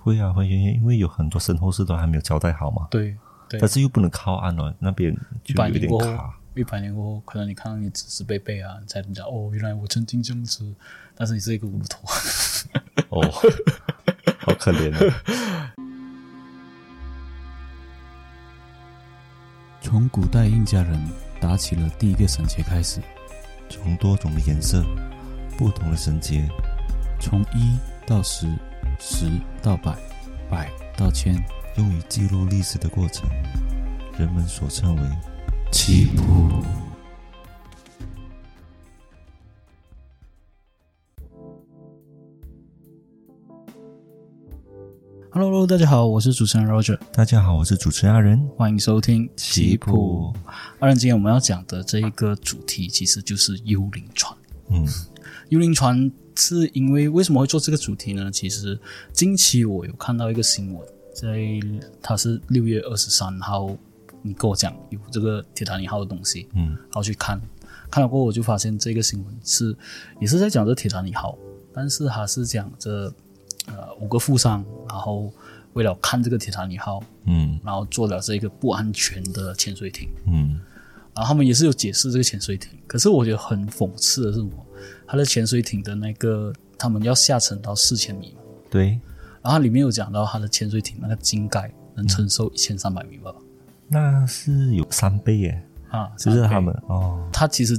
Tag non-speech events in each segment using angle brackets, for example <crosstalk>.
会啊，会，因为因为有很多身后事都还没有交代好嘛。对对但，是又不能靠岸了，那边一就百有年点过后卡。，一百年过后，可能你看到你子子辈辈啊，你才知道哦，原来我曾经这样子，但是你是一个无头。哦，好可怜啊！从古代印加人打起了第一个绳结开始，从多种的颜色、不同的绳结，从一到十，十到百，百到千，用于记录历史的过程，人们所称为起步。Hello，hello，大家好，我是主持人 Roger，大家好，我是主持人阿仁。欢迎收听棋谱。二然，今天我们要讲的这一个主题其实就是幽灵船。嗯， <laughs> 幽灵船是因为为什么会做这个主题呢？其实近期我有看到一个新闻，在它是六月二十三号，你跟我讲有这个铁达尼号的东西，嗯，然后去看，看了过后我就发现这个新闻是也是在讲这铁达尼号，但是它是讲这呃五个富商，然后为了看这个铁达尼号，嗯然后做了这个不安全的潜水艇。嗯，然后他们也是有解释这个潜水艇，可是我觉得很讽刺的是什么？它的潜水艇的那个，他们要下沉到四千米嘛，对。然后它里面有讲到它的潜水艇那个井盖能承受一千三百米吧？那是有三倍耶，啊，就是它他们哦它其实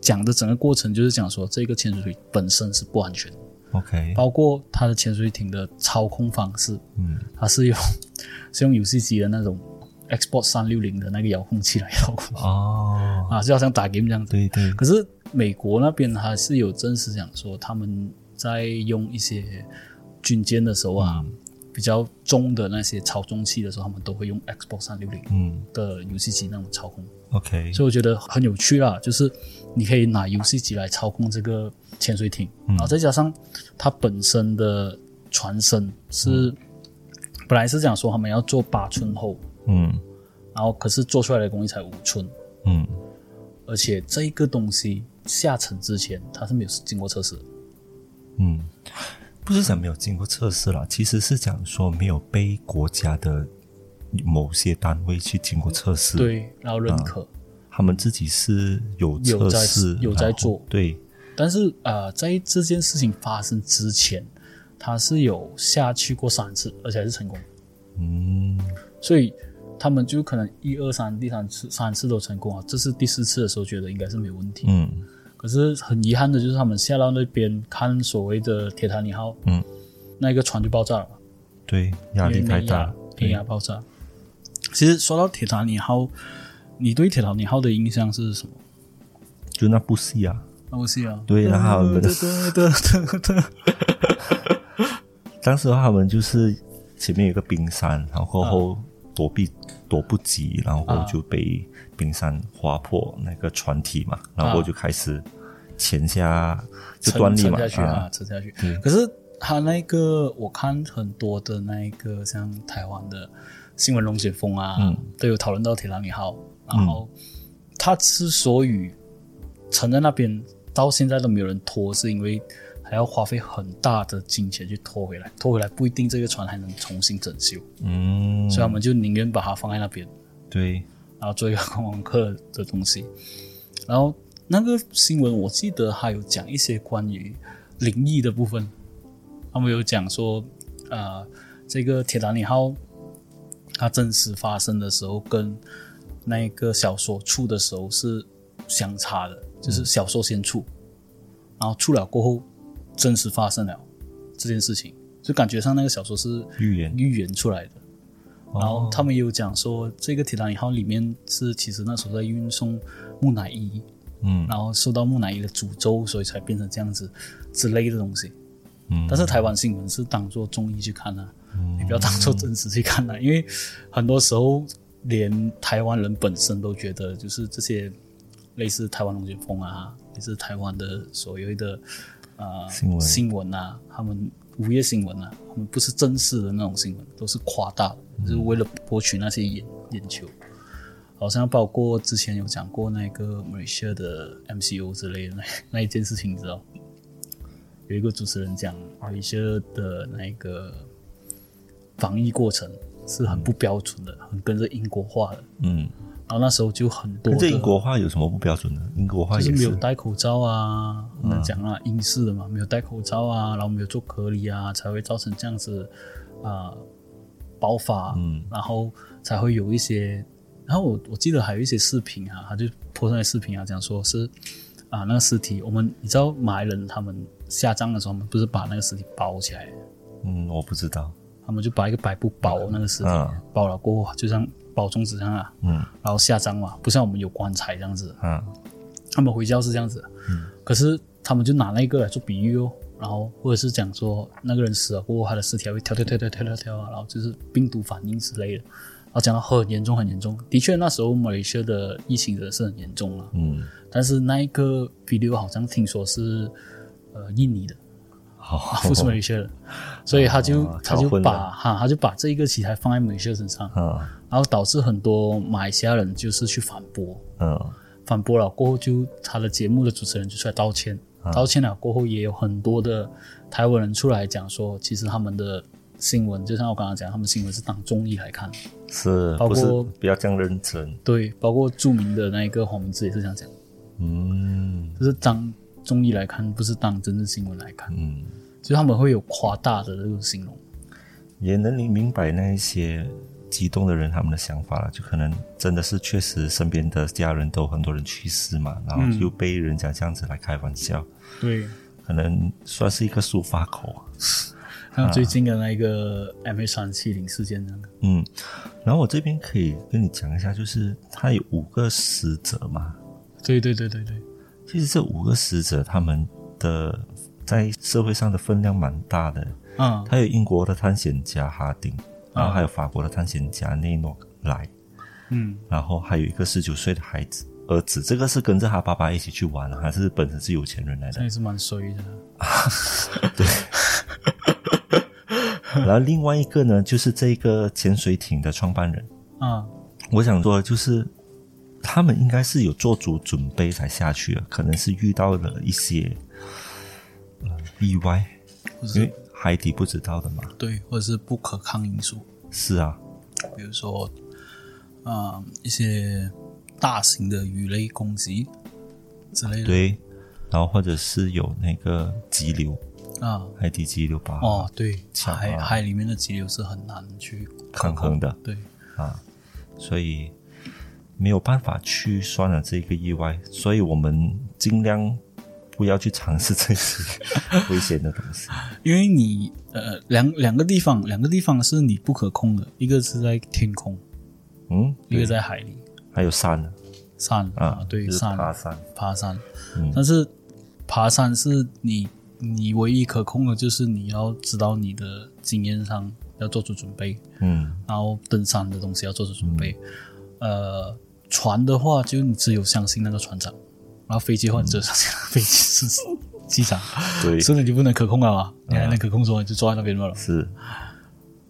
讲的整个过程就是讲说这个潜水艇本身是不安全的， ，OK，包括它的潜水艇的操控方式，嗯，它是用 <laughs> 是用游戏机的那种 Xbox 三六零的那个遥控器来遥控哦，啊，就好像打 game 这样子。对对，可是美国那边还是有真实讲说，他们在用一些军舰的时候啊，比较重的那些操纵器的时候，他们都会用 Xbox 三六零嗯的游戏机那种操控， ，OK，所以我觉得很有趣啦。就是你可以拿游戏机来操控这个潜水艇，然后再加上它本身的船身是、本来是讲说他们要做八寸厚，嗯然后可是做出来的工艺才五寸，嗯，而且这一个东西下沉之前，它是没有经过测试的。嗯，不是讲没有经过测试啦，其实是讲说没有被国家的某些单位去经过测试，，对，然后认可。他们自己是有测试，有在有在然后做对，但是呃，在这件事情发生之前，它是有下去过三次，而且还是成功的。嗯所以他们就可能一二三第三次三次都成功啊，这是第四次的时候觉得应该是没有问题。嗯可是很遗憾的就是他们下到那边看所谓的铁达尼号，嗯，那一个船就爆炸了嘛。对，压力太大，电对，压爆炸。其实说到铁达尼号，你对铁达尼号的印象是什么？就那部戏啊，那我是啊，对 <laughs> 然后对对对对，当时他们就是前面有个冰山，然后过后啊躲避、躲不及，然后过后就被冰山划破那个船体嘛，然后过后就开始潜下就啊沉断裂沉嘛嗯下去啊，沉下去。可是他那个，我看很多的那一个，像台湾的新闻龙卷风啊，嗯都有讨论到铁达尼号。然后他之所以沉在那边，到现在都没有人拖，是因为。还要花费很大的金钱去拖回来，拖回来不一定这个船还能重新整修。嗯，所以他们就宁愿把它放在那边，对，然后做一个观光客的东西。然后那个新闻我记得还有讲一些关于灵异的部分，他们有讲说，呃，这个铁达尼号它真实发生的时候跟那个小说出的时候是相差的，嗯就是小说先出，然后出了过后真实发生了这件事情，就感觉上那个小说是预言，预言出来的。然后哦他们也有讲说，这个铁达尼号里面是其实那时候在运送木乃伊，嗯然后受到木乃伊的诅咒，所以才变成这样子之类的东西。嗯但是台湾新闻是当做综艺去看啊，你不要当做真实去看嗯啊，因为很多时候连台湾人本身都觉得，就是这些类似台湾龙卷风啊，类似台湾的所谓的啊、呃新闻新闻啊，他们午夜新闻啊，他们不是真实的那种新闻，都是夸大的，嗯就是为了博取那些眼眼球。好像包括之前有讲过那个马来西亚的 MCO 之类的那那一件事情，你知道？有一个主持人讲马来西亚的那个防疫过程是很不标准的，很跟着英国化的。嗯，然后那时候就很那多的，这英国话有什么不标准的？英国话就是也没是嗯有戴口罩啊，那讲啊，英式的嘛，没有戴口罩啊，然后没有做隔离啊，才会造成这样子啊、爆发，嗯，然后才会有一些，然后我我记得还有一些视频啊，他就播上来视频啊，讲说是啊、那个尸体，我们你知道马来人他们下葬的时候，他们不是把那个尸体包起来，嗯，我不知道，他们就把一个白布包那个尸体，嗯包了过后就像包粽子这样啊，嗯然后下葬嘛，不像我们有棺材这样子，啊他们回教是这样子，嗯可是他们就拿那个来做比喻哦，然后或者是讲说那个人死了过后，他的尸体还会跳跳跳跳跳跳跳啊，然后就是病毒反应之类的，然后讲到很严重很严重，的确那时候马来西亚的疫情真的是很严重了，嗯，但是那一个 video 好像听说是呃印尼的，好，啊不是马来西亚的，所以他就、哦他就搞混把了哈他就把这一个题材放在马来西亚身上，啊然后导致很多马来西亚人就是去反驳，嗯反驳了过后就，他的节目的主持人就出来道歉，啊道歉了过后，也有很多的台湾人出来讲说，其实他们的新闻，就像我刚刚讲，他们新闻是当综艺来看，是包不是括不要这样认真？对，包括著名的那一个黄明志也是这样讲，嗯就是当综艺来看，不是当真正新闻来看，嗯，所以他们会有夸大的这种形容，也能明明白那一些激动的人他们的想法了，就可能真的是确实身边的家人都很多人去世嘛，然嗯后就被人家这样子来开玩笑，对，可能算是一个抒发口啊。像最近的那一个 M H 三七零事件这样，嗯，然后我这边可以跟你讲一下，就是他有五个死者嘛，对对对对对，其实这五个死者他们的在社会上的分量蛮大的，啊、他有英国的探险家哈丁，然后还有法国的探险家内诺莱，嗯，然后还有一个十九岁的孩子儿子，这个是跟着他爸爸一起去玩，啊他是本身是有钱人来 <laughs> 这的。也是蛮衰的，然后另外一个呢，就是这个潜水艇的创办人。啊、我想说的就是，他们应该是有做足准备才下去的，可能是遇到了一些呃意外，或者因是为海底不知道的嘛。对，或者是不可抗因素。是啊，比如说，啊、一些大型的鱼类攻击之类的。对，然后或者是有那个急流，啊，海底急流吧，哦，对，抢啊海海里面的急流是很难去抗衡的。对，啊，所以没有办法去算了这个意外，所以我们尽量不要去尝试这些危险的东西。 <laughs> 因为你呃两两个地方，两个地方是你不可控的，一个是在天空，嗯，一个在海里，还有山呢山啊，对，就是山爬山，爬山，嗯但是爬山是你你唯一可控的，就是你要知道你的经验上要做出准备，嗯然后登山的东西要做出准备。呃，船的话，就你只有相信那个船长，然后飞机的话，你只有相信那个飞机是机长，对所以你不能可控了嘛，你还能可控说你就坐在那边罢了。是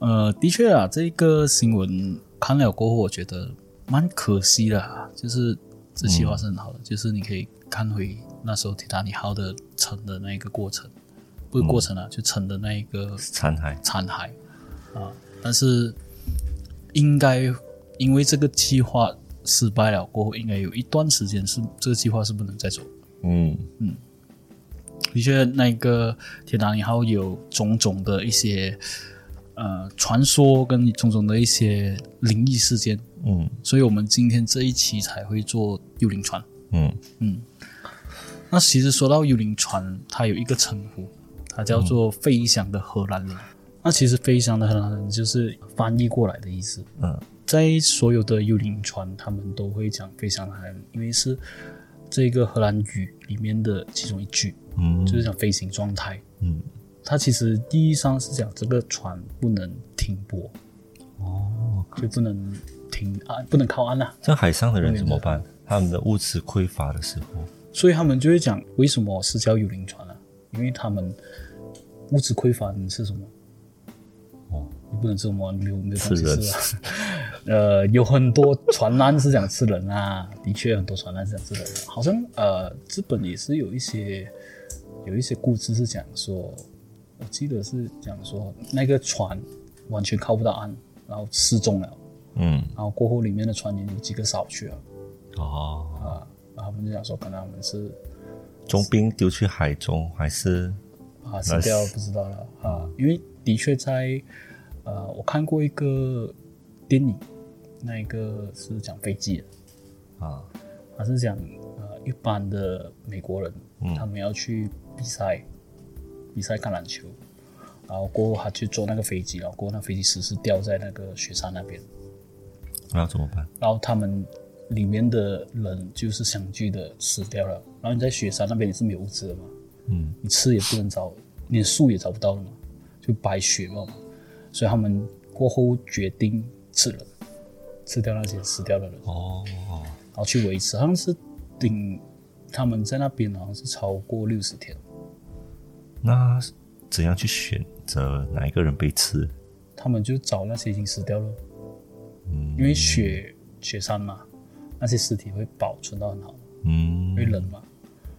呃，的确啊，这个新闻看了过后，我觉得蛮可惜的啊，就是这计划是很好的，就是你可以看回那时候铁达尼号的沉的那一个过程，不是过程啊，就沉的那一个残骸，残骸啊，但是应该因为这个计划失败了过后，应该有一段时间是这个计划是不能再做。嗯的确，那个铁达尼号有种种的一些呃传说跟种种的一些灵异事件，嗯所以我们今天这一期才会做幽灵船。嗯那其实说到幽灵船，它有一个称呼，它叫嗯做“飞翔的荷兰人”。那其实“飞翔的荷兰人”就是翻译过来的意思。嗯在所有的幽灵船，他们都会讲“飞翔的荷兰人”，因为是这个荷兰语里面的其中一句，嗯就是讲飞行状态。嗯它其实第一上是讲这个船不能停泊，哦，就不能停岸，不能靠岸啦、啊这海上的人怎么办？嗯他们的物资匮乏的时候，所以他们就会讲，为什么是叫幽灵船啊？因为他们物质匮乏，你吃什么？哦，你不能吃什么，你没有没有东西吃人吃啊。 <laughs> 呃，有很多船难是讲吃人啊，的确很多船难是讲吃人、啊。好像呃，日本也是有一些有一些故事是讲说，我记得是讲说那个船完全靠不到岸，然后失踪了，嗯，然后过后里面的船员有几个少去了哦，啊，然后他们就讲说可能我们是中兵丢去海中还是啊死掉了不知道了啊，因为的确在呃我看过一个电影，那一个是讲飞机的，啊，他是讲呃一般的美国人，他们要去比赛，比赛橄榄球，然后过后他去坐那个飞机，然后过后那飞机失事掉在那个雪山那边，那怎么办？然后他们里面的人就是相继的死掉了，然后你在雪山那边你是没有物资的嘛，嗯，你吃也不能找，连树也找不到了嘛，就白雪嘛，所以他们过后决定吃人，吃掉那些死掉的人。哦，然后去维持，好像是顶他们在那边好像是超过六十天，那怎样去选择哪一个人被吃？他们就找那些已经死掉了，嗯因为雪雪山嘛，那些尸体会保存到很好，嗯因为冷嘛，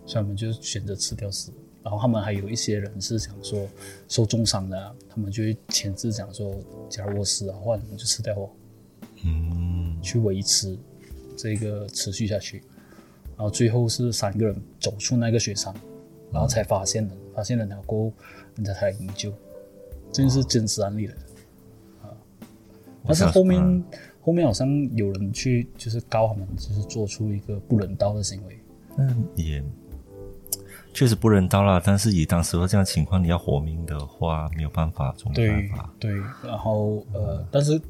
所以他们就选择吃掉死。然后他们还有一些人是想说受重伤的、啊，他们就会前置讲说，假如我死啊的话，你们就吃掉我，嗯去维持这个持续下去。然后最后是三个人走出那个雪山，然后才发现人，发现人了过后，人家才来营救，这是真实案例的。啊，但是后面、嗯后面好像有人去就是告他们，就是做出一个不人道的行为。那嗯也确实不人道啦。但是以当时的这样情况，你要活命的话，没有办法，总没办对法。对，然后呃，但是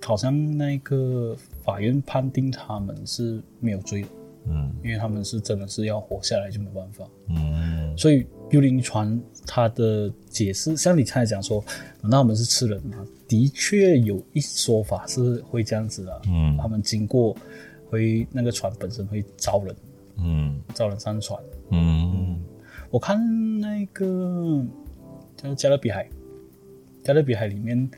好像那个法院判定他们是没有罪的，嗯因为他们是真的是要活下来就没办法。嗯所以幽灵船它的解释，像你刚才讲说，难道我们是吃人吗？的确有一说法是会这样子的、嗯他们经过会那个船本身会招人，嗯招人上船。嗯我看那个叫《加勒比海》，《加勒比海》里面，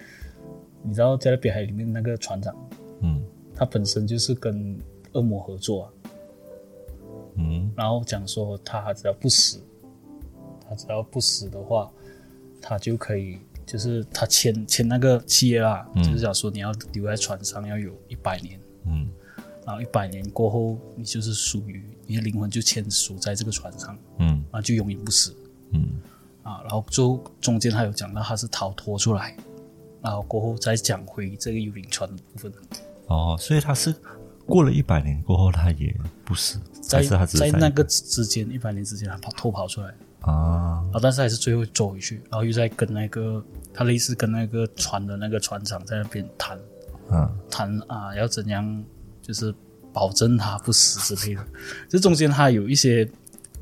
你知道《加勒比海》里面那个船长，嗯他本身就是跟恶魔合作、啊，嗯然后讲说他只要不死，他只要不死的话，他就可以，就是他签签那个契约啦，就是讲说你要留在船上要有一百年，嗯然后一百年过后，你就是属于你的灵魂就签署在这个船上，嗯啊，就永远不死嗯啊。然后就中间他有讲到他是逃脱出来，然后过后再讲回这个幽灵船的部分，哦，所以他是过了一百年过后，他也不死，在还是他只在是那个之间一百年之间他跑偷跑出来。啊啊，但是还是最后走回去，然后又在跟那个他类似跟那个船的那个船长在那边谈啊谈啊，要怎样就是保证他不死之类的。 <laughs> 这中间他有一些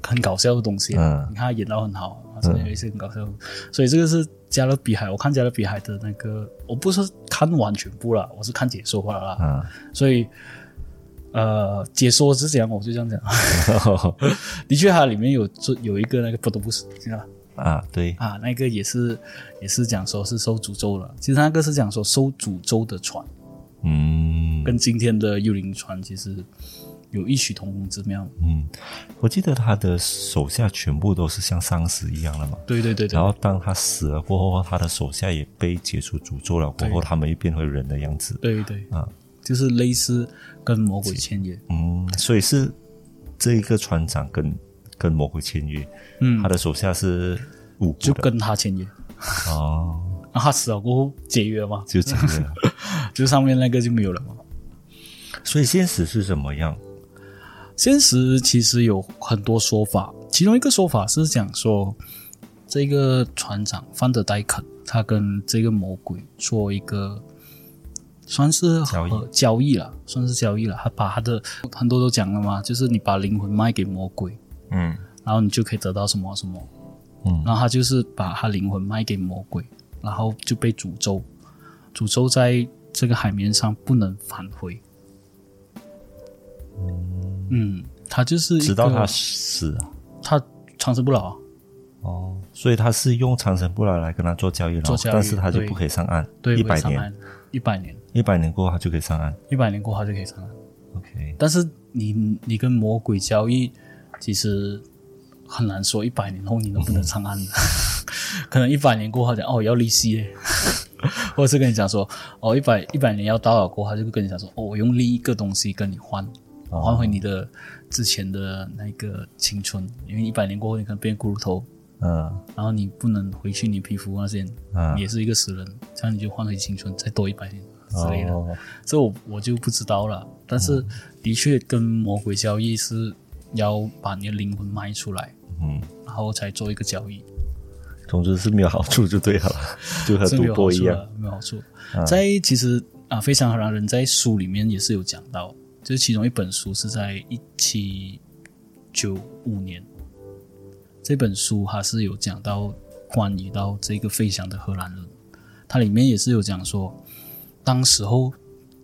很搞笑的东西，啊嗯你看他演到很好，他真的有一些很搞笑的。所以这个是《加勒比海》，我看《加勒比海》的那个，我不是看完全部啦，我是看解说罢了啦。啊，所以呃，解说是这样，我就这样讲。的确，它里面有做有一个那个不得不死，知道吧？啊，对，啊，那个也是也是讲说是受诅咒了。其实那个是讲说受诅咒的船，嗯跟今天的幽灵船其实有异曲同工之妙。嗯，我记得他的手下全部都是像丧尸一样的嘛。对对对对然，后当他死了过后，他的手下也被解除诅咒了，过后他们又变回人的样子。对对啊，就是类似跟魔鬼签约。嗯，所以是这一个船长跟跟魔鬼签约，嗯他，的手下是无辜就的跟他签约，啊哦，然后他死了过后解约嘛，就这样了。就上面那个就没有了嘛。 <laughs> 所以现实是怎么样？现实其实有很多说法，其中一个说法是讲说，这个船长范德戴肯他跟这个魔鬼做一个算是交易和交易了，算是交易了。他把他的很多都讲了嘛，就是你把灵魂卖给魔鬼，嗯然后你就可以得到什么什么。嗯然后他就是把他灵魂卖给魔鬼，然后就被诅咒，诅咒在这个海面上不能返回。嗯，他就是一个直到他死啊。他长生不老啊，哦，所以他是用长生不老来跟他做交易了做，交易但是他就对不可以上岸，对，一百不会上年，岸，一百年，一百年过后他就可以上岸。一百年过后他就可以上岸。 OK，但是你你跟魔鬼交易，其实很难 <laughs> 说一百年后你能不能上岸的，可能一百年过后讲哦要利息嘞， <laughs> 或者是跟你讲说，哦，一百一百年要到了过后，他就跟你讲说，哦，我用另一个东西跟你换，换回你的之前的那个青春，因为一百年过后你可能变骷髅头，嗯然后你不能回去你皮肤那些，嗯你也是一个死人，这样你就换回青春，再多一百年之类的。哦这我我就不知道了。但是的确跟魔鬼交易是要把你的灵魂卖出来，嗯，然后才做一个交易，总之是没有好处就对了， <laughs> 就和这没赌有好博一处样。嗯的，没有好处。在其实啊，非常让人在书里面也是有讲到，就是其中一本书是在一七九五年，这本书它是有讲到关于到这个费翔的荷兰人，它里面也是有讲说，当时候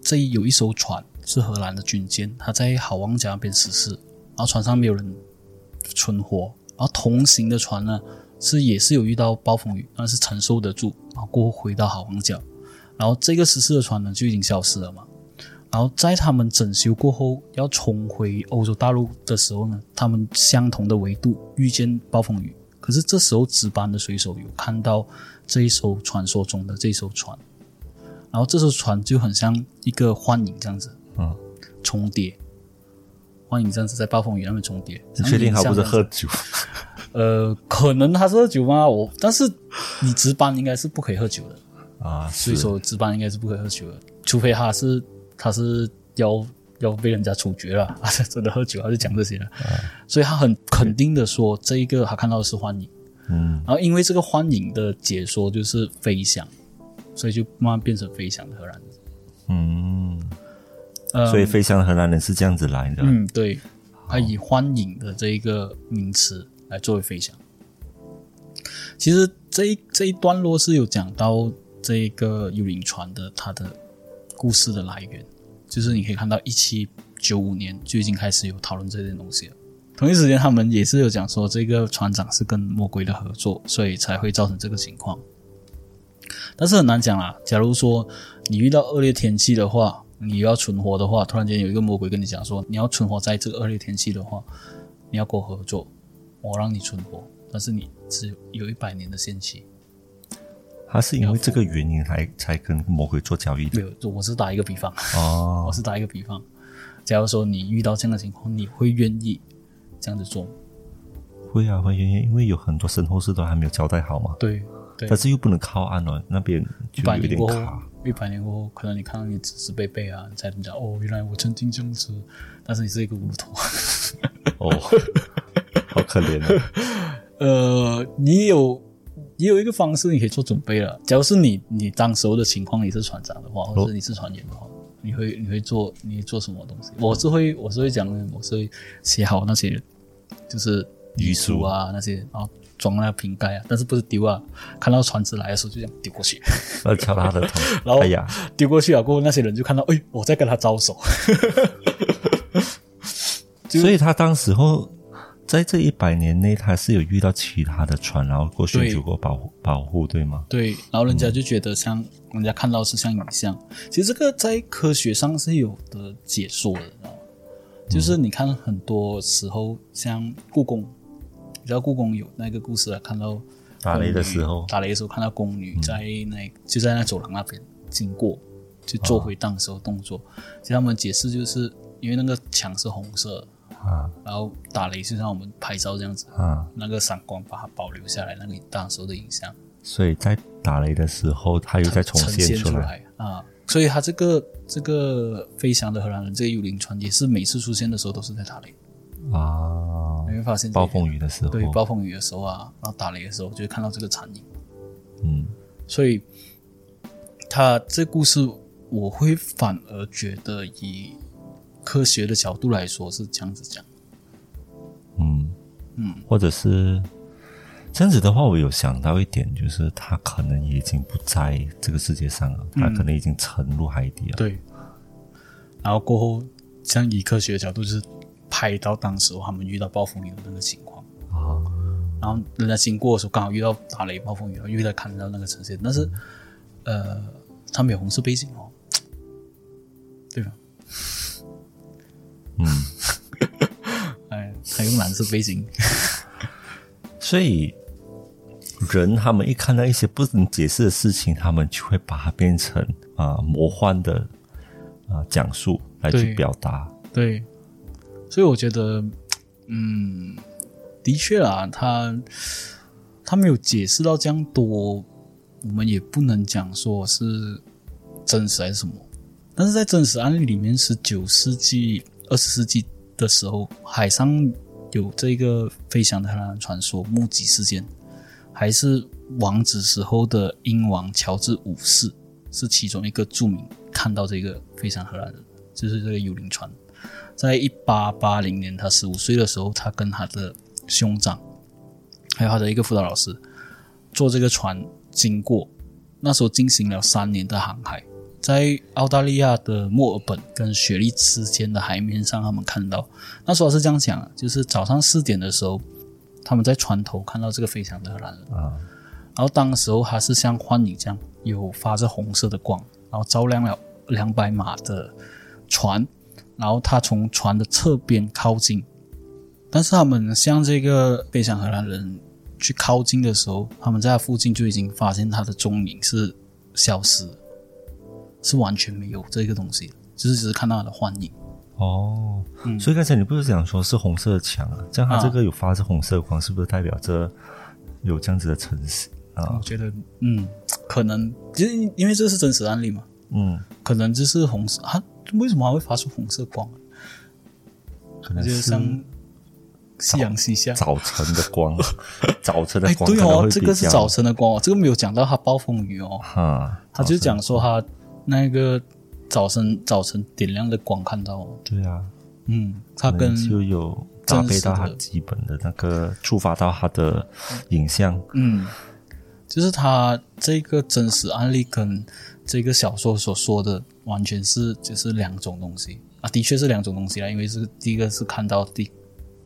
这一有一艘船是荷兰的军舰，它在好望角那边失事，然后船上没有人存活，然后同行的船呢是也是有遇到暴风雨，但是承受得住，然后过后回到好望角，然后这个失事的船呢就已经消失了嘛。然后在他们整修过后要重回欧洲大陆的时候呢，他们相同的维度遇见暴风雨，可是这时候值班的水手有看到这一艘传说中的这艘船，然后这艘船就很像一个幻影这样子，嗯，重叠，幻影这样子在暴风雨那边重叠。嗯你确定他不是像影像这样子喝 <laughs> 酒？呃，可能他是喝酒吗？我但是你值班应该是不可以喝酒的，啊，所以是说值班应该是不可以喝酒的，除非他是他是要要被人家处决了， <laughs> 他是真的喝酒，他就讲这些了，啊所以他很肯定的说，这一个他看到的是幻影，嗯然后因为这个幻影的解说就是飞翔，所以就慢慢变成飞翔的荷兰人，嗯，呃，所以飞翔的荷兰人是这样子来的。嗯，对，它以欢迎的这一个名词来作为飞翔。其实这一这一段落是有讲到这一个幽灵船的它的故事的来源，就是你可以看到一七九五年就已经开始有讨论这件东西了。同一时间，他们也是有讲说这个船长是跟魔鬼的合作，所以才会造成这个情况。但是很难讲啦。假如说你遇到恶劣天气的话，你要存活的话，突然间有一个魔鬼跟你讲说，你要存活在这个恶劣天气的话，你要跟我合作，我让你存活，但是你只有一百年的限期。嗯他是因为这个原因来才跟魔鬼做交易的没有，我是打一个比方，我哦。是打一个比方。假如说你遇到这样的情况，你会愿意这样子做吗？会啊，会因为因为有很多身后事都还没有交代好嘛，对，对但是又不能靠岸了，那边就一百有年点过后卡。，一百年过后，可能你看到你子子辈辈啊，你才能讲哦，原来我曾经这样子，但是你是一个无头。哦， <laughs> 好可怜啊！呃，你有你有一个方式，你可以做准备了。假如是你，你当时候的情况你是船长的话，或者是你是船员的话，你会你会做你会做什么东西？我是会我是会讲，我是会写好那些就是遗遗书书啊那些，然后装那个瓶盖啊，但是不是丢啊？看到船只来的时候就这样丢过去，要敲他的 <laughs> 然头，后哎呀，丢过去了过后，那些人就看到，哎，我在跟他招手。所以他当时候在这一百年内，他是有遇到其他的船，然后过寻求过保护保护，对吗？对，然后人家就觉得像、人家看到是像影像，其实这个在科学上是有的解说的，你知道吗？就是你看很多时候像故宫，你知道故宫有那个故事啊，看到打雷的宫女时候打雷的时候看到宫女在那、就在那走廊那边经过，就做回当时候动作。其实他们解释就是因为那个墙是红色的，啊然后打雷就像我们拍照这样子，啊！那个闪光把它保留下来，那个当时候的影像。所以在打雷的时候，他又再重呈现现出出来。来啊。所以他这个这个飞翔的荷兰人，这个幽灵船也是每次出现的时候都是在打雷，啊你！会发现这暴个风雨的时候，对暴风雨的时候啊，然后打雷的时候就会看到这个残影。嗯所以他这故事我会反而觉得以科学的角度来说是这样子讲，嗯嗯，或者是这样子的话，我有想到一点，就是他可能已经不在这个世界上了，他可能已经沉入海底了。嗯对。啊然后过后，像以科学的角度就是拍到当时候他们遇到暴风雨的那个情况。啊，然后人家经过的时候刚好遇到打雷暴风雨，然后又在看到那个呈现，但是呃，他们有红色背景哦，对吧？ <laughs> 嗯，哎，他用蓝色背景，所以人他们一看到一些不能解释的事情，他们就会把它变成啊、呃魔幻的啊、呃讲述来对去表达。对，所以我觉得，嗯，的确啊，他他没有解释到这样多，我们也不能讲说是真实还是什么。但是在真实案例里面，十九世纪、二十世纪的时候，海上有这个飞翔的海兰传说目击事件，还是王子时候的英王乔治五世是其中一个著名看到这个飞翔荷兰人，就是这个幽灵船。在一八八零年，他十五岁的时候，他跟他的兄长，还有他的一个辅导老师，坐这个船经过。那时候进行了三年的航海，在澳大利亚的墨尔本跟雪梨之间的海面上，他们看到那时候是这样讲啊，就是早上四点的时候，他们在船头看到这个飞翔的荷兰人啊，然后当时候它是像幻影这样有发着红色的光，然后照亮了两百码的船，然后它从船的侧边靠近，但是他们向这个飞翔荷兰人去靠近的时候，他们在它附近就已经发现它的踪影是消失了，是完全没有这个东西的，就是只是看到它的幻影。哦，所以刚才你不是讲说是红色的墙啊？这样它嗯啊这个有发着红色的光，是不是代表着有这样子的城市啊我？觉得，嗯，可能其实因为这是真实案例嘛，嗯，可能就是红色，它为什么还会发出红色光啊？可能就是像夕阳西下。早晨的光， <laughs> 早晨的哎，光可对能哦会，这比个是较早晨的光哦，这个没有讲到他暴风雨哦，哈，他就讲说他那个早晨早晨点亮的光看到哦，对啊，嗯，他可能跟就有搭配到它真实的基本的那个触发到它的影像，嗯，就是他这个真实案例跟这个小说所说的完全是就是两种东西啊，的确是两种东西啦，因为是第一个是看到第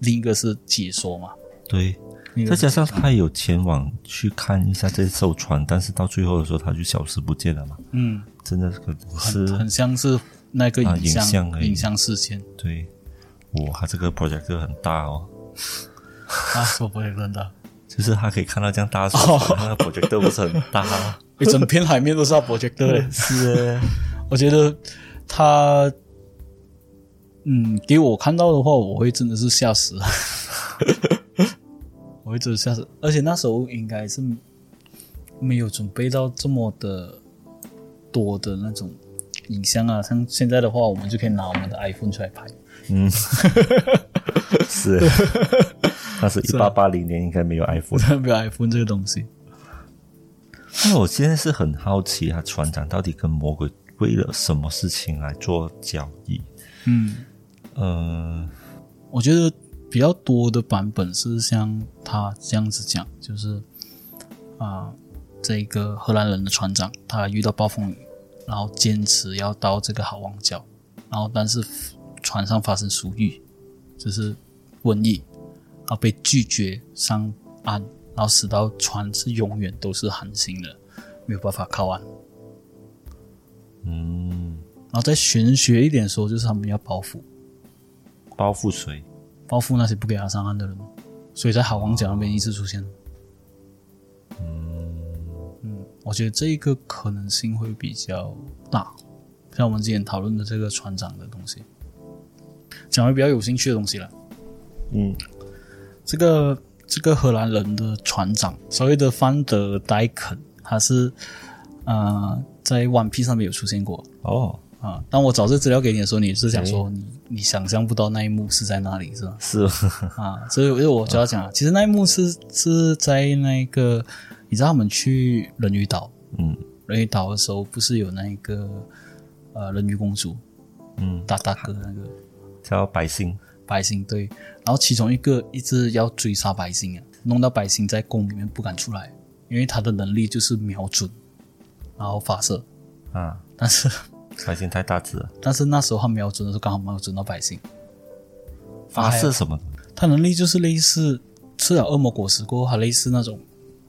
另一个是解说嘛，对，另一个再是加上他有前往去看一下这艘船，但是到最后的时候，它就消失不见了嘛，嗯，真的可能是很很像是那个啊影像、影像而已影像事件。对，哇，它这个 project 很大哦。啊，说不会真的， <laughs> 就是他可以看到这样大的哦手法，那个 projector 不是很大吗？一整片海面都是他 projector 欸。是，我觉得他，嗯，给我看到的话，我会真的是吓死， <laughs> 我会真的吓死。而且那时候应该是没有准备到这么的多的那种影像啊，像现在的话，我们就可以拿我们的 iPhone 出来拍。嗯，是。但是，一八八零年应该没有 iPhone。没有 iPhone 这个东西，那我现在是很好奇，他船长到底跟魔鬼为了什么事情来做交易？嗯。嗯、我觉得比较多的版本是像他这样子讲，就是啊、这个荷兰人的船长他遇到暴风雨，然后坚持要到这个好望角，然后但是船上发生鼠疫，就是瘟疫，然后被拒绝上岸，然后使到船是永远都是航行的，没有办法靠岸。嗯，然后再玄学一点说，就是他们要报复，包覆谁？报复那些不给他上岸的人，所以在好望角那边一直出现。嗯，我觉得这一个可能性会比较大，像我们之前讨论的这个船长的东西，讲回比较有兴趣的东西了。嗯，这个这个荷兰人的船长，所谓的范德戴肯，他是呃在《One Piece》上面有出现过哦，啊。当我找这资料给你的时候，你是想说你你想象不到那一幕是在哪里是吧？是， <laughs> 啊，所以我就我就要讲啊，其实那一幕是是在那个，你知道我们去人鱼岛，嗯人鱼岛的时候不是有那个呃人鱼公主嗯，大大哥那个叫百姓，白星对，然后其中一个一直要追杀白星啊，弄到白星在宫里面不敢出来，因为他的能力就是瞄准，然后发射，啊，但是百姓太大只了，但是那时候他瞄准的时候刚好瞄准到白星，发射什么？他能力就是类似吃了恶魔果实过后，他类似那种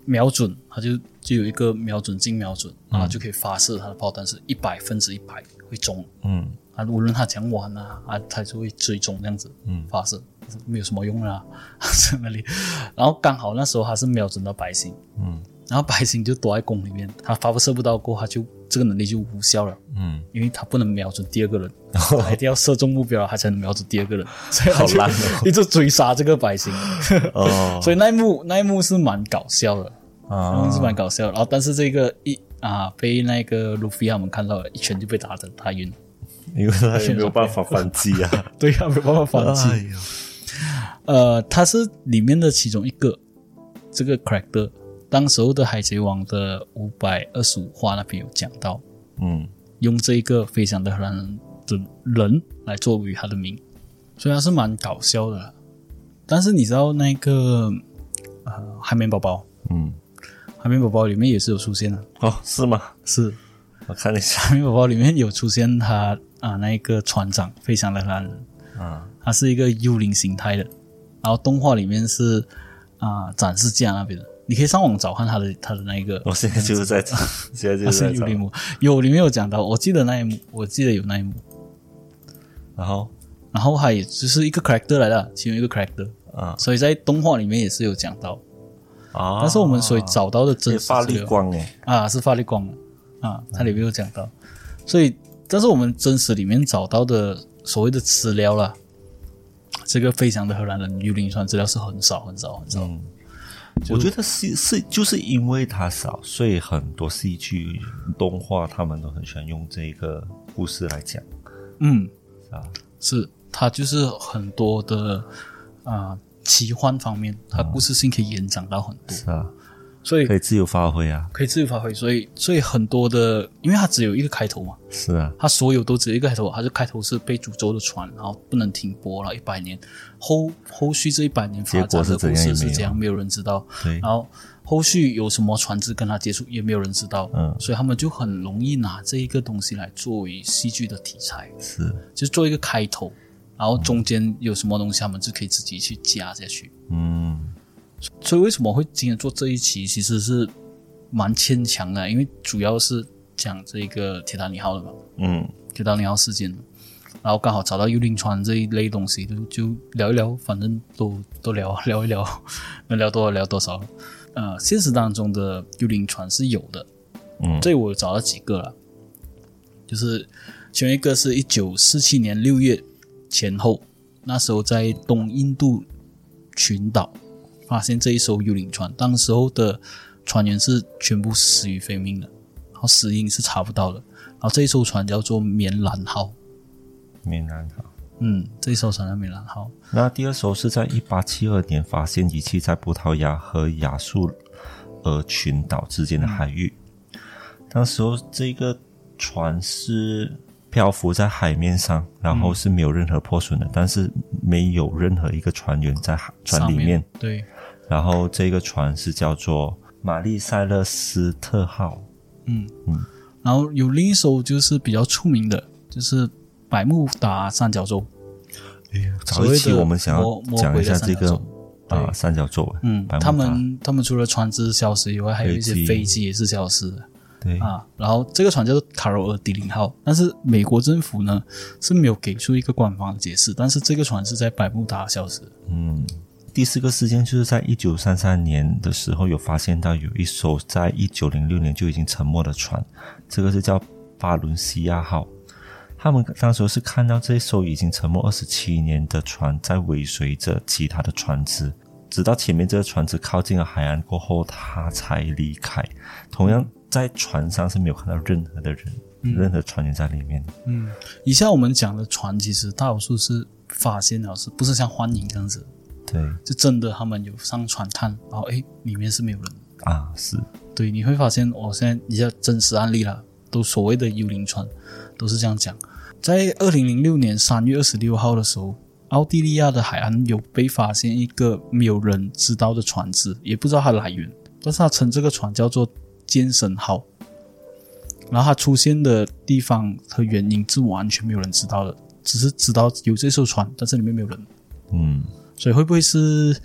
瞄准，他就就有一个瞄准镜瞄准，然后就可以发射他的炮弹是一百分之一百会中嗯啊，无论他怎样玩啊啊，他就会追踪这样子嗯发射。没有什么用啊 <laughs> 啦，在那里。然后刚好那时候他是瞄准到白星，嗯然后白星就躲在宫里面，他发射不到过后，他就这个能力就无效了，嗯，因为他不能瞄准第 <laughs> 二个人，他一定要射中目标，他才能瞄准第二个人，所以他就好烂哦 <laughs> 一直追杀这个白星。哦， <laughs> 所以那一幕那一幕是蛮搞笑的，那一幕是啊，蛮搞笑的。然后但是这个一啊被那个路飞他们看到了，一拳就被打的打晕了。因为他也没有办法反击啊，对呀、没办法 <laughs> 反击。哎呦 <laughs> 呃，他是里面的其中一个，这个 character，当时候的海贼王的五百二十五话那边有讲到，嗯用这一个飞翔的荷兰人的人来作为他的名，所以他是蛮搞笑的啦。但是你知道那个呃海绵宝宝，嗯，海绵宝宝里面也是有出现的，哦，是吗？是我看一下，海绵宝宝里面有出现他啊那一个船长飞翔的荷兰人，啊，它是一个幽灵形态的，然后动画里面是啊、展示架那边的，你可以上网找看它的它的那一个，我现在就是在 <laughs> 找，现在就它是在幽找，灵幕，有里面有讲到，我记得那一幕，我记得有那一幕，然后然后它也就是一个 character 来的，其中一个 character，啊所以在动画里面也是有讲到，啊，但是我们所以找到的真也实发资绿料光嗯哎，啊是发力光啊，它里面有讲到，所以但是我们真实里面找到的所谓的资料啦。这个飞翔的荷兰人幽灵船资料是很少很少很少，嗯。我觉得是是，就是因为它少，所以很多戏剧动画他们都很喜欢用这个故事来讲，嗯，是吧？是它就是很多的啊、奇幻方面，它故事性可以延展到很多，是啊，所以可以自由发挥啊，可以自由发挥。所以所以很多的，因为它只有一个开头嘛，是啊，它所有都只有一个开头，它就开头是被诅咒的船，然后不能停泊了一百年，后后续这一百年发结展果的是故怎样也事没有是怎样，没有人知道。对然后后续有什么船只跟他接触，也没有人知道。嗯所以他们就很容易拿这一个东西来作为戏剧的题材。是，就做一个开头，然后中间有什么东西，他们就可以自己去加下去。嗯所以为什么会今天做这一期，其实是蛮牵强的，因为主要是讲这个铁达尼号的嘛，嗯，铁达尼号事件，然后刚好找到幽灵船这一类东西，就就聊一聊，反正都都聊聊一聊， <laughs> 能聊多少聊多少。呃，现实当中的幽灵船是有的，嗯这我找到几个了，就是其中一个是一九四七年六月前后，那时候在东印度群岛发现这一艘幽灵船，当时候的船员是全部死于非命的，然后死因是查不到的。然后这一艘船叫做棉兰号，闽南好。嗯，这一艘船叫棉兰号，那第二艘是在一八七二年发现遗弃在葡萄牙和亚速尔群岛之间的海域。当时候这个船是漂浮在海面上，然后是没有任何破损的，但是没有任何一个船员在海船上里面。对，然后这个船是叫做玛丽塞勒斯特号。嗯嗯，然后有另一艘就是比较出名的，就是百慕达三角洲，早一期所谓的我们想要魔魔讲鬼一的下三这角个洲啊对三角洲，嗯百，慕达他们他们除了船只消失以外，还有一些飞机飞机也是消失的对啊。然后这个船叫做卡罗尔迪林号，但是美国政府呢是没有给出一个官方的解释，但是这个船是在百慕达消失的。嗯，第四个事件就是在一九三三年的时候，有发现到有一艘在一九零六年就已经沉没的船，这个是叫巴伦西亚号。他们当时是看到这艘已经沉没二十七年的船在尾随着其他的船只，直到前面这个船只靠近了海岸过后，它才离开。同样在船上是没有看到任何的人，任何船员在里面。嗯，以下我们讲的船其实大多数是发现了，是不是像欢迎这样子？对就真的他们有上船看，然后诶里面是没有人的。啊，是对，你会发现，我、现在一下真实案例啦，都所谓的幽灵船，都是这样讲。在二零零六年三月二十六号的时候，奥地利亚的海岸有被发现一个没有人知道的船只，也不知道它来源，但是他称这个船叫做“剑神号”。然后它出现的地方和原因是完全没有人知道的，只是知道有这艘船，但是里面没有人，嗯所以会不会是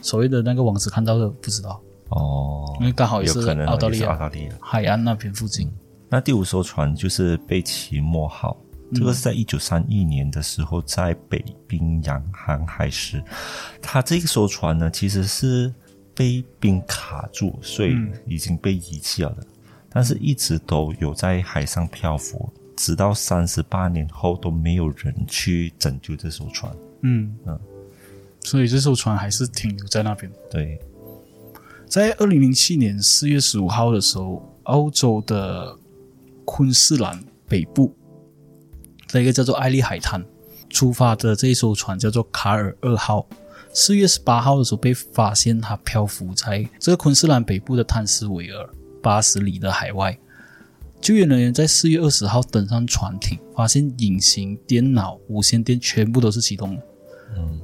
所谓的那个网址看到的？不知道，哦因，为刚嗯好也有是可能哦澳大也利是澳亚大利亚。海岸那边附近。那第五艘船就是贝奇莫号，这个是在一九三一年的时候，在北冰洋航海时，他这艘船呢其实是被冰卡住，所以嗯已经被遗弃了的，但是一直都有在海上漂浮，直到三十八年后都没有人去拯救这艘船。嗯嗯所以这艘船还是停留在那边。对，在二零零七年四月十五号的时候，欧洲的昆士兰北部，在一个叫做艾利海滩出发的这一艘船叫做卡尔二号。四月十八号的时候被发现，它漂浮在这个昆士兰北部的坦斯维尔八十里的海外。救援人员在四月二十号登上船艇，发现隐形、电脑、无线电全部都是启动的，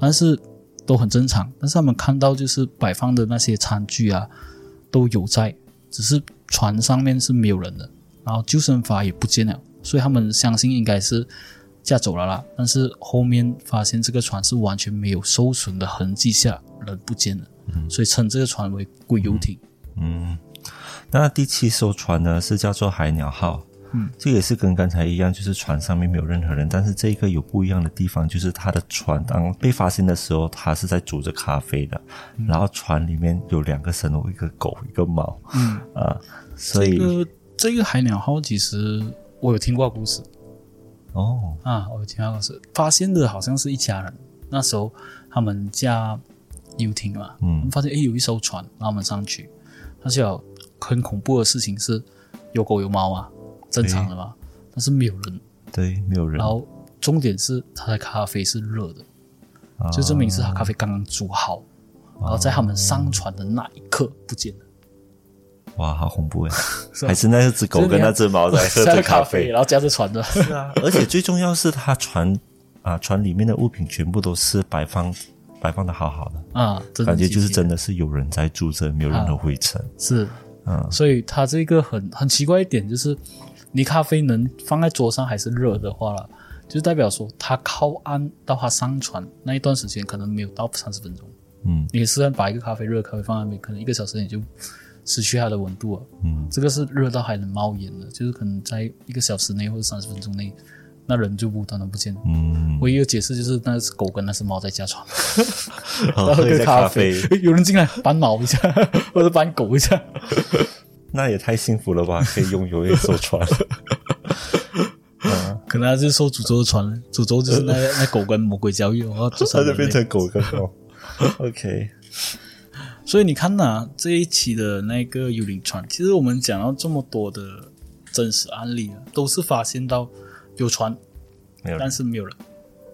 但是都很正常。但是他们看到就是摆放的那些餐具啊，都有在，只是船上面是没有人的，然后救生筏也不见了，所以他们相信应该是驾走了啦。但是后面发现这个船是完全没有受损的痕迹下，人不见了，所以称这个船为“鬼游艇嗯，那第七艘船呢是叫做海鸟号，嗯，这个也是跟刚才一样，就是船上面没有任何人，但是这个有不一样的地方，就是它的船当被发现的时候，它是在煮着咖啡的，然后船里面有两个生物，一个狗，一个猫，嗯啊，”。所以、这个嗯呃这个海鸟号其实我有听过故事，哦，啊，我有听到过是发现的好像是一家人。那时候他们驾游艇嘛，嗯他们发现诶有一艘船，然后他们上去，但是有很恐怖的事情是有狗有猫啊，正常的嘛，但是没有人。对，没有人然，后重点是他的咖啡是热的，啊就证明是他咖啡刚刚煮好，然后在他们上船的那一刻不见了。哇，好恐怖哎，是吧还是那只狗跟那只猫哦在喝 <laughs> 加着了咖咖啡，啡，然后加着船的，是啊，而且最重要是它船啊船里面的物品全部都是摆放摆放的好好的。啊，真的啊感觉很就是奇真的是有人在住着，没有任何灰尘。 <laughs> 是，嗯所以它这个很很奇怪一点就是，你咖啡能放在桌上还是热的话了，就代表说它靠岸到它上船那一段时间可能没有到三十分钟。嗯你虽然把一个咖啡热的咖啡放在那边，可能一个小时你就失去它的温度了。嗯，这个是热到还能冒烟的，就是可能在一个小时内或者三十分钟内，那人就无端端不见。嗯，唯一的解释就是那只狗跟那只猫在家 <laughs> 床，喝然后喝一个下咖咖啡啡，， <laughs> 有人进来搬猫一下， <laughs> 或者搬狗一下。 <laughs> 那也太幸福了 <laughs> 吧！可以拥有一艘船， <laughs> 可能他是受诅咒的船了，诅咒就是那那狗跟魔鬼交易，然后做成呃它就人类变成狗跟猫。OK，所以你看呐、这一期的那个幽灵船，其实我们讲到这么多的真实案例啊，都是发现到有船，没有人但是没有人。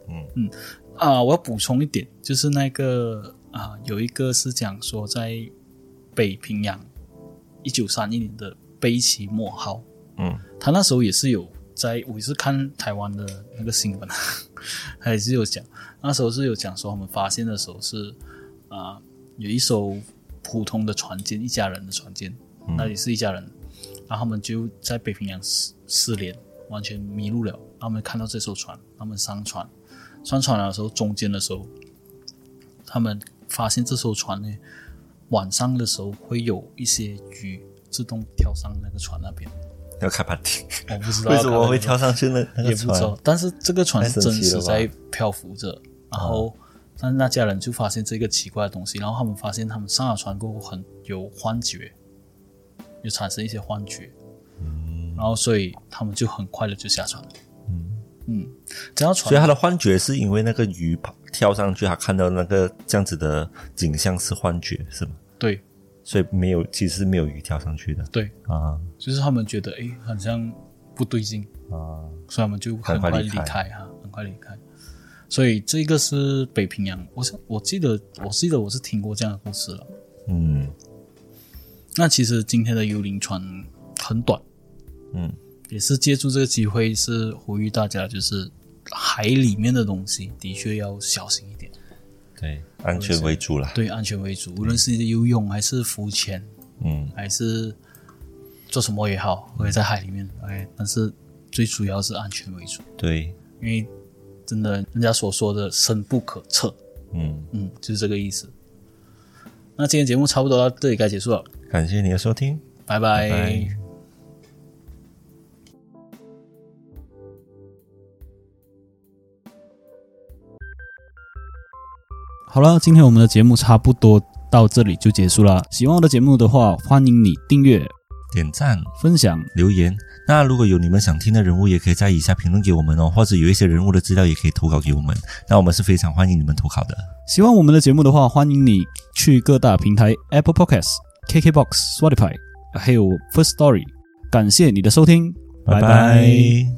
嗯嗯啊、我要补充一点，就是那个啊、有一个是讲说在北平洋一九三一年的北奇莫号，嗯他那时候也是有在，我也是看台湾的那个新闻， <laughs> 他也是有讲，那时候是有讲说他们发现的时候是啊、有一艘普通的船舰，一家人的船舰，嗯那也是一家人，然后他们就在北平洋失失联，完全迷路了，他们看到这艘船，他们上船，上船的时候中间的时候，他们发现这艘船呢，晚上的时候会有一些鱼自动跳上那个船那边。要开 party，我不知道为什可么能会跳上去呢？那也个不知船道，但是这个船是真太神奇实了吧嗯在漂浮着，然后但是那家人就发现这个奇怪的东西，然后他们发现他们上了船过后很有幻觉，有产生一些幻觉，嗯然后所以他们就很快的就下船了。嗯嗯，讲到所以船，他的幻觉是因为那个鱼跑跳上去，他看到那个这样子的景象是幻觉，是吗？对所以没有，其实没有鱼跳上去的对，啊就是他们觉得诶，好像不对劲，啊，所以他们就很很快快离离开开哈，很快离开。所以这个是北平洋，我想我记得我记得我是听过这样的故事了。嗯那其实今天的幽灵船很短，嗯也是借助这个机会，是呼吁大家，就是海里面的东西的确要小心一点，对，安全为主啦，对安全为主。无论是游泳还是浮潜，嗯。还是做什么也好，可以在海里面，OK，但是最主要是安全为主，对，因为真的人家所说的深不可测，嗯，嗯，就是这个意思。那今天节目差不多到这里该结束了，感谢你的收听，拜拜拜好了，今天我们的节目差不多到这里就结束了。喜欢我的节目的话，欢迎你订阅、点赞、分享。留言。那如果有你们想听的人物，也可以在以下评论给我们哦，或者有一些人物的资料也可以投稿给我们。那我们是非常欢迎你们投稿的。喜欢我们的节目的话，欢迎你去各大平台 Apple Podcasts、KKBox、Spotify，还有 First Story。感谢你的收听，拜拜拜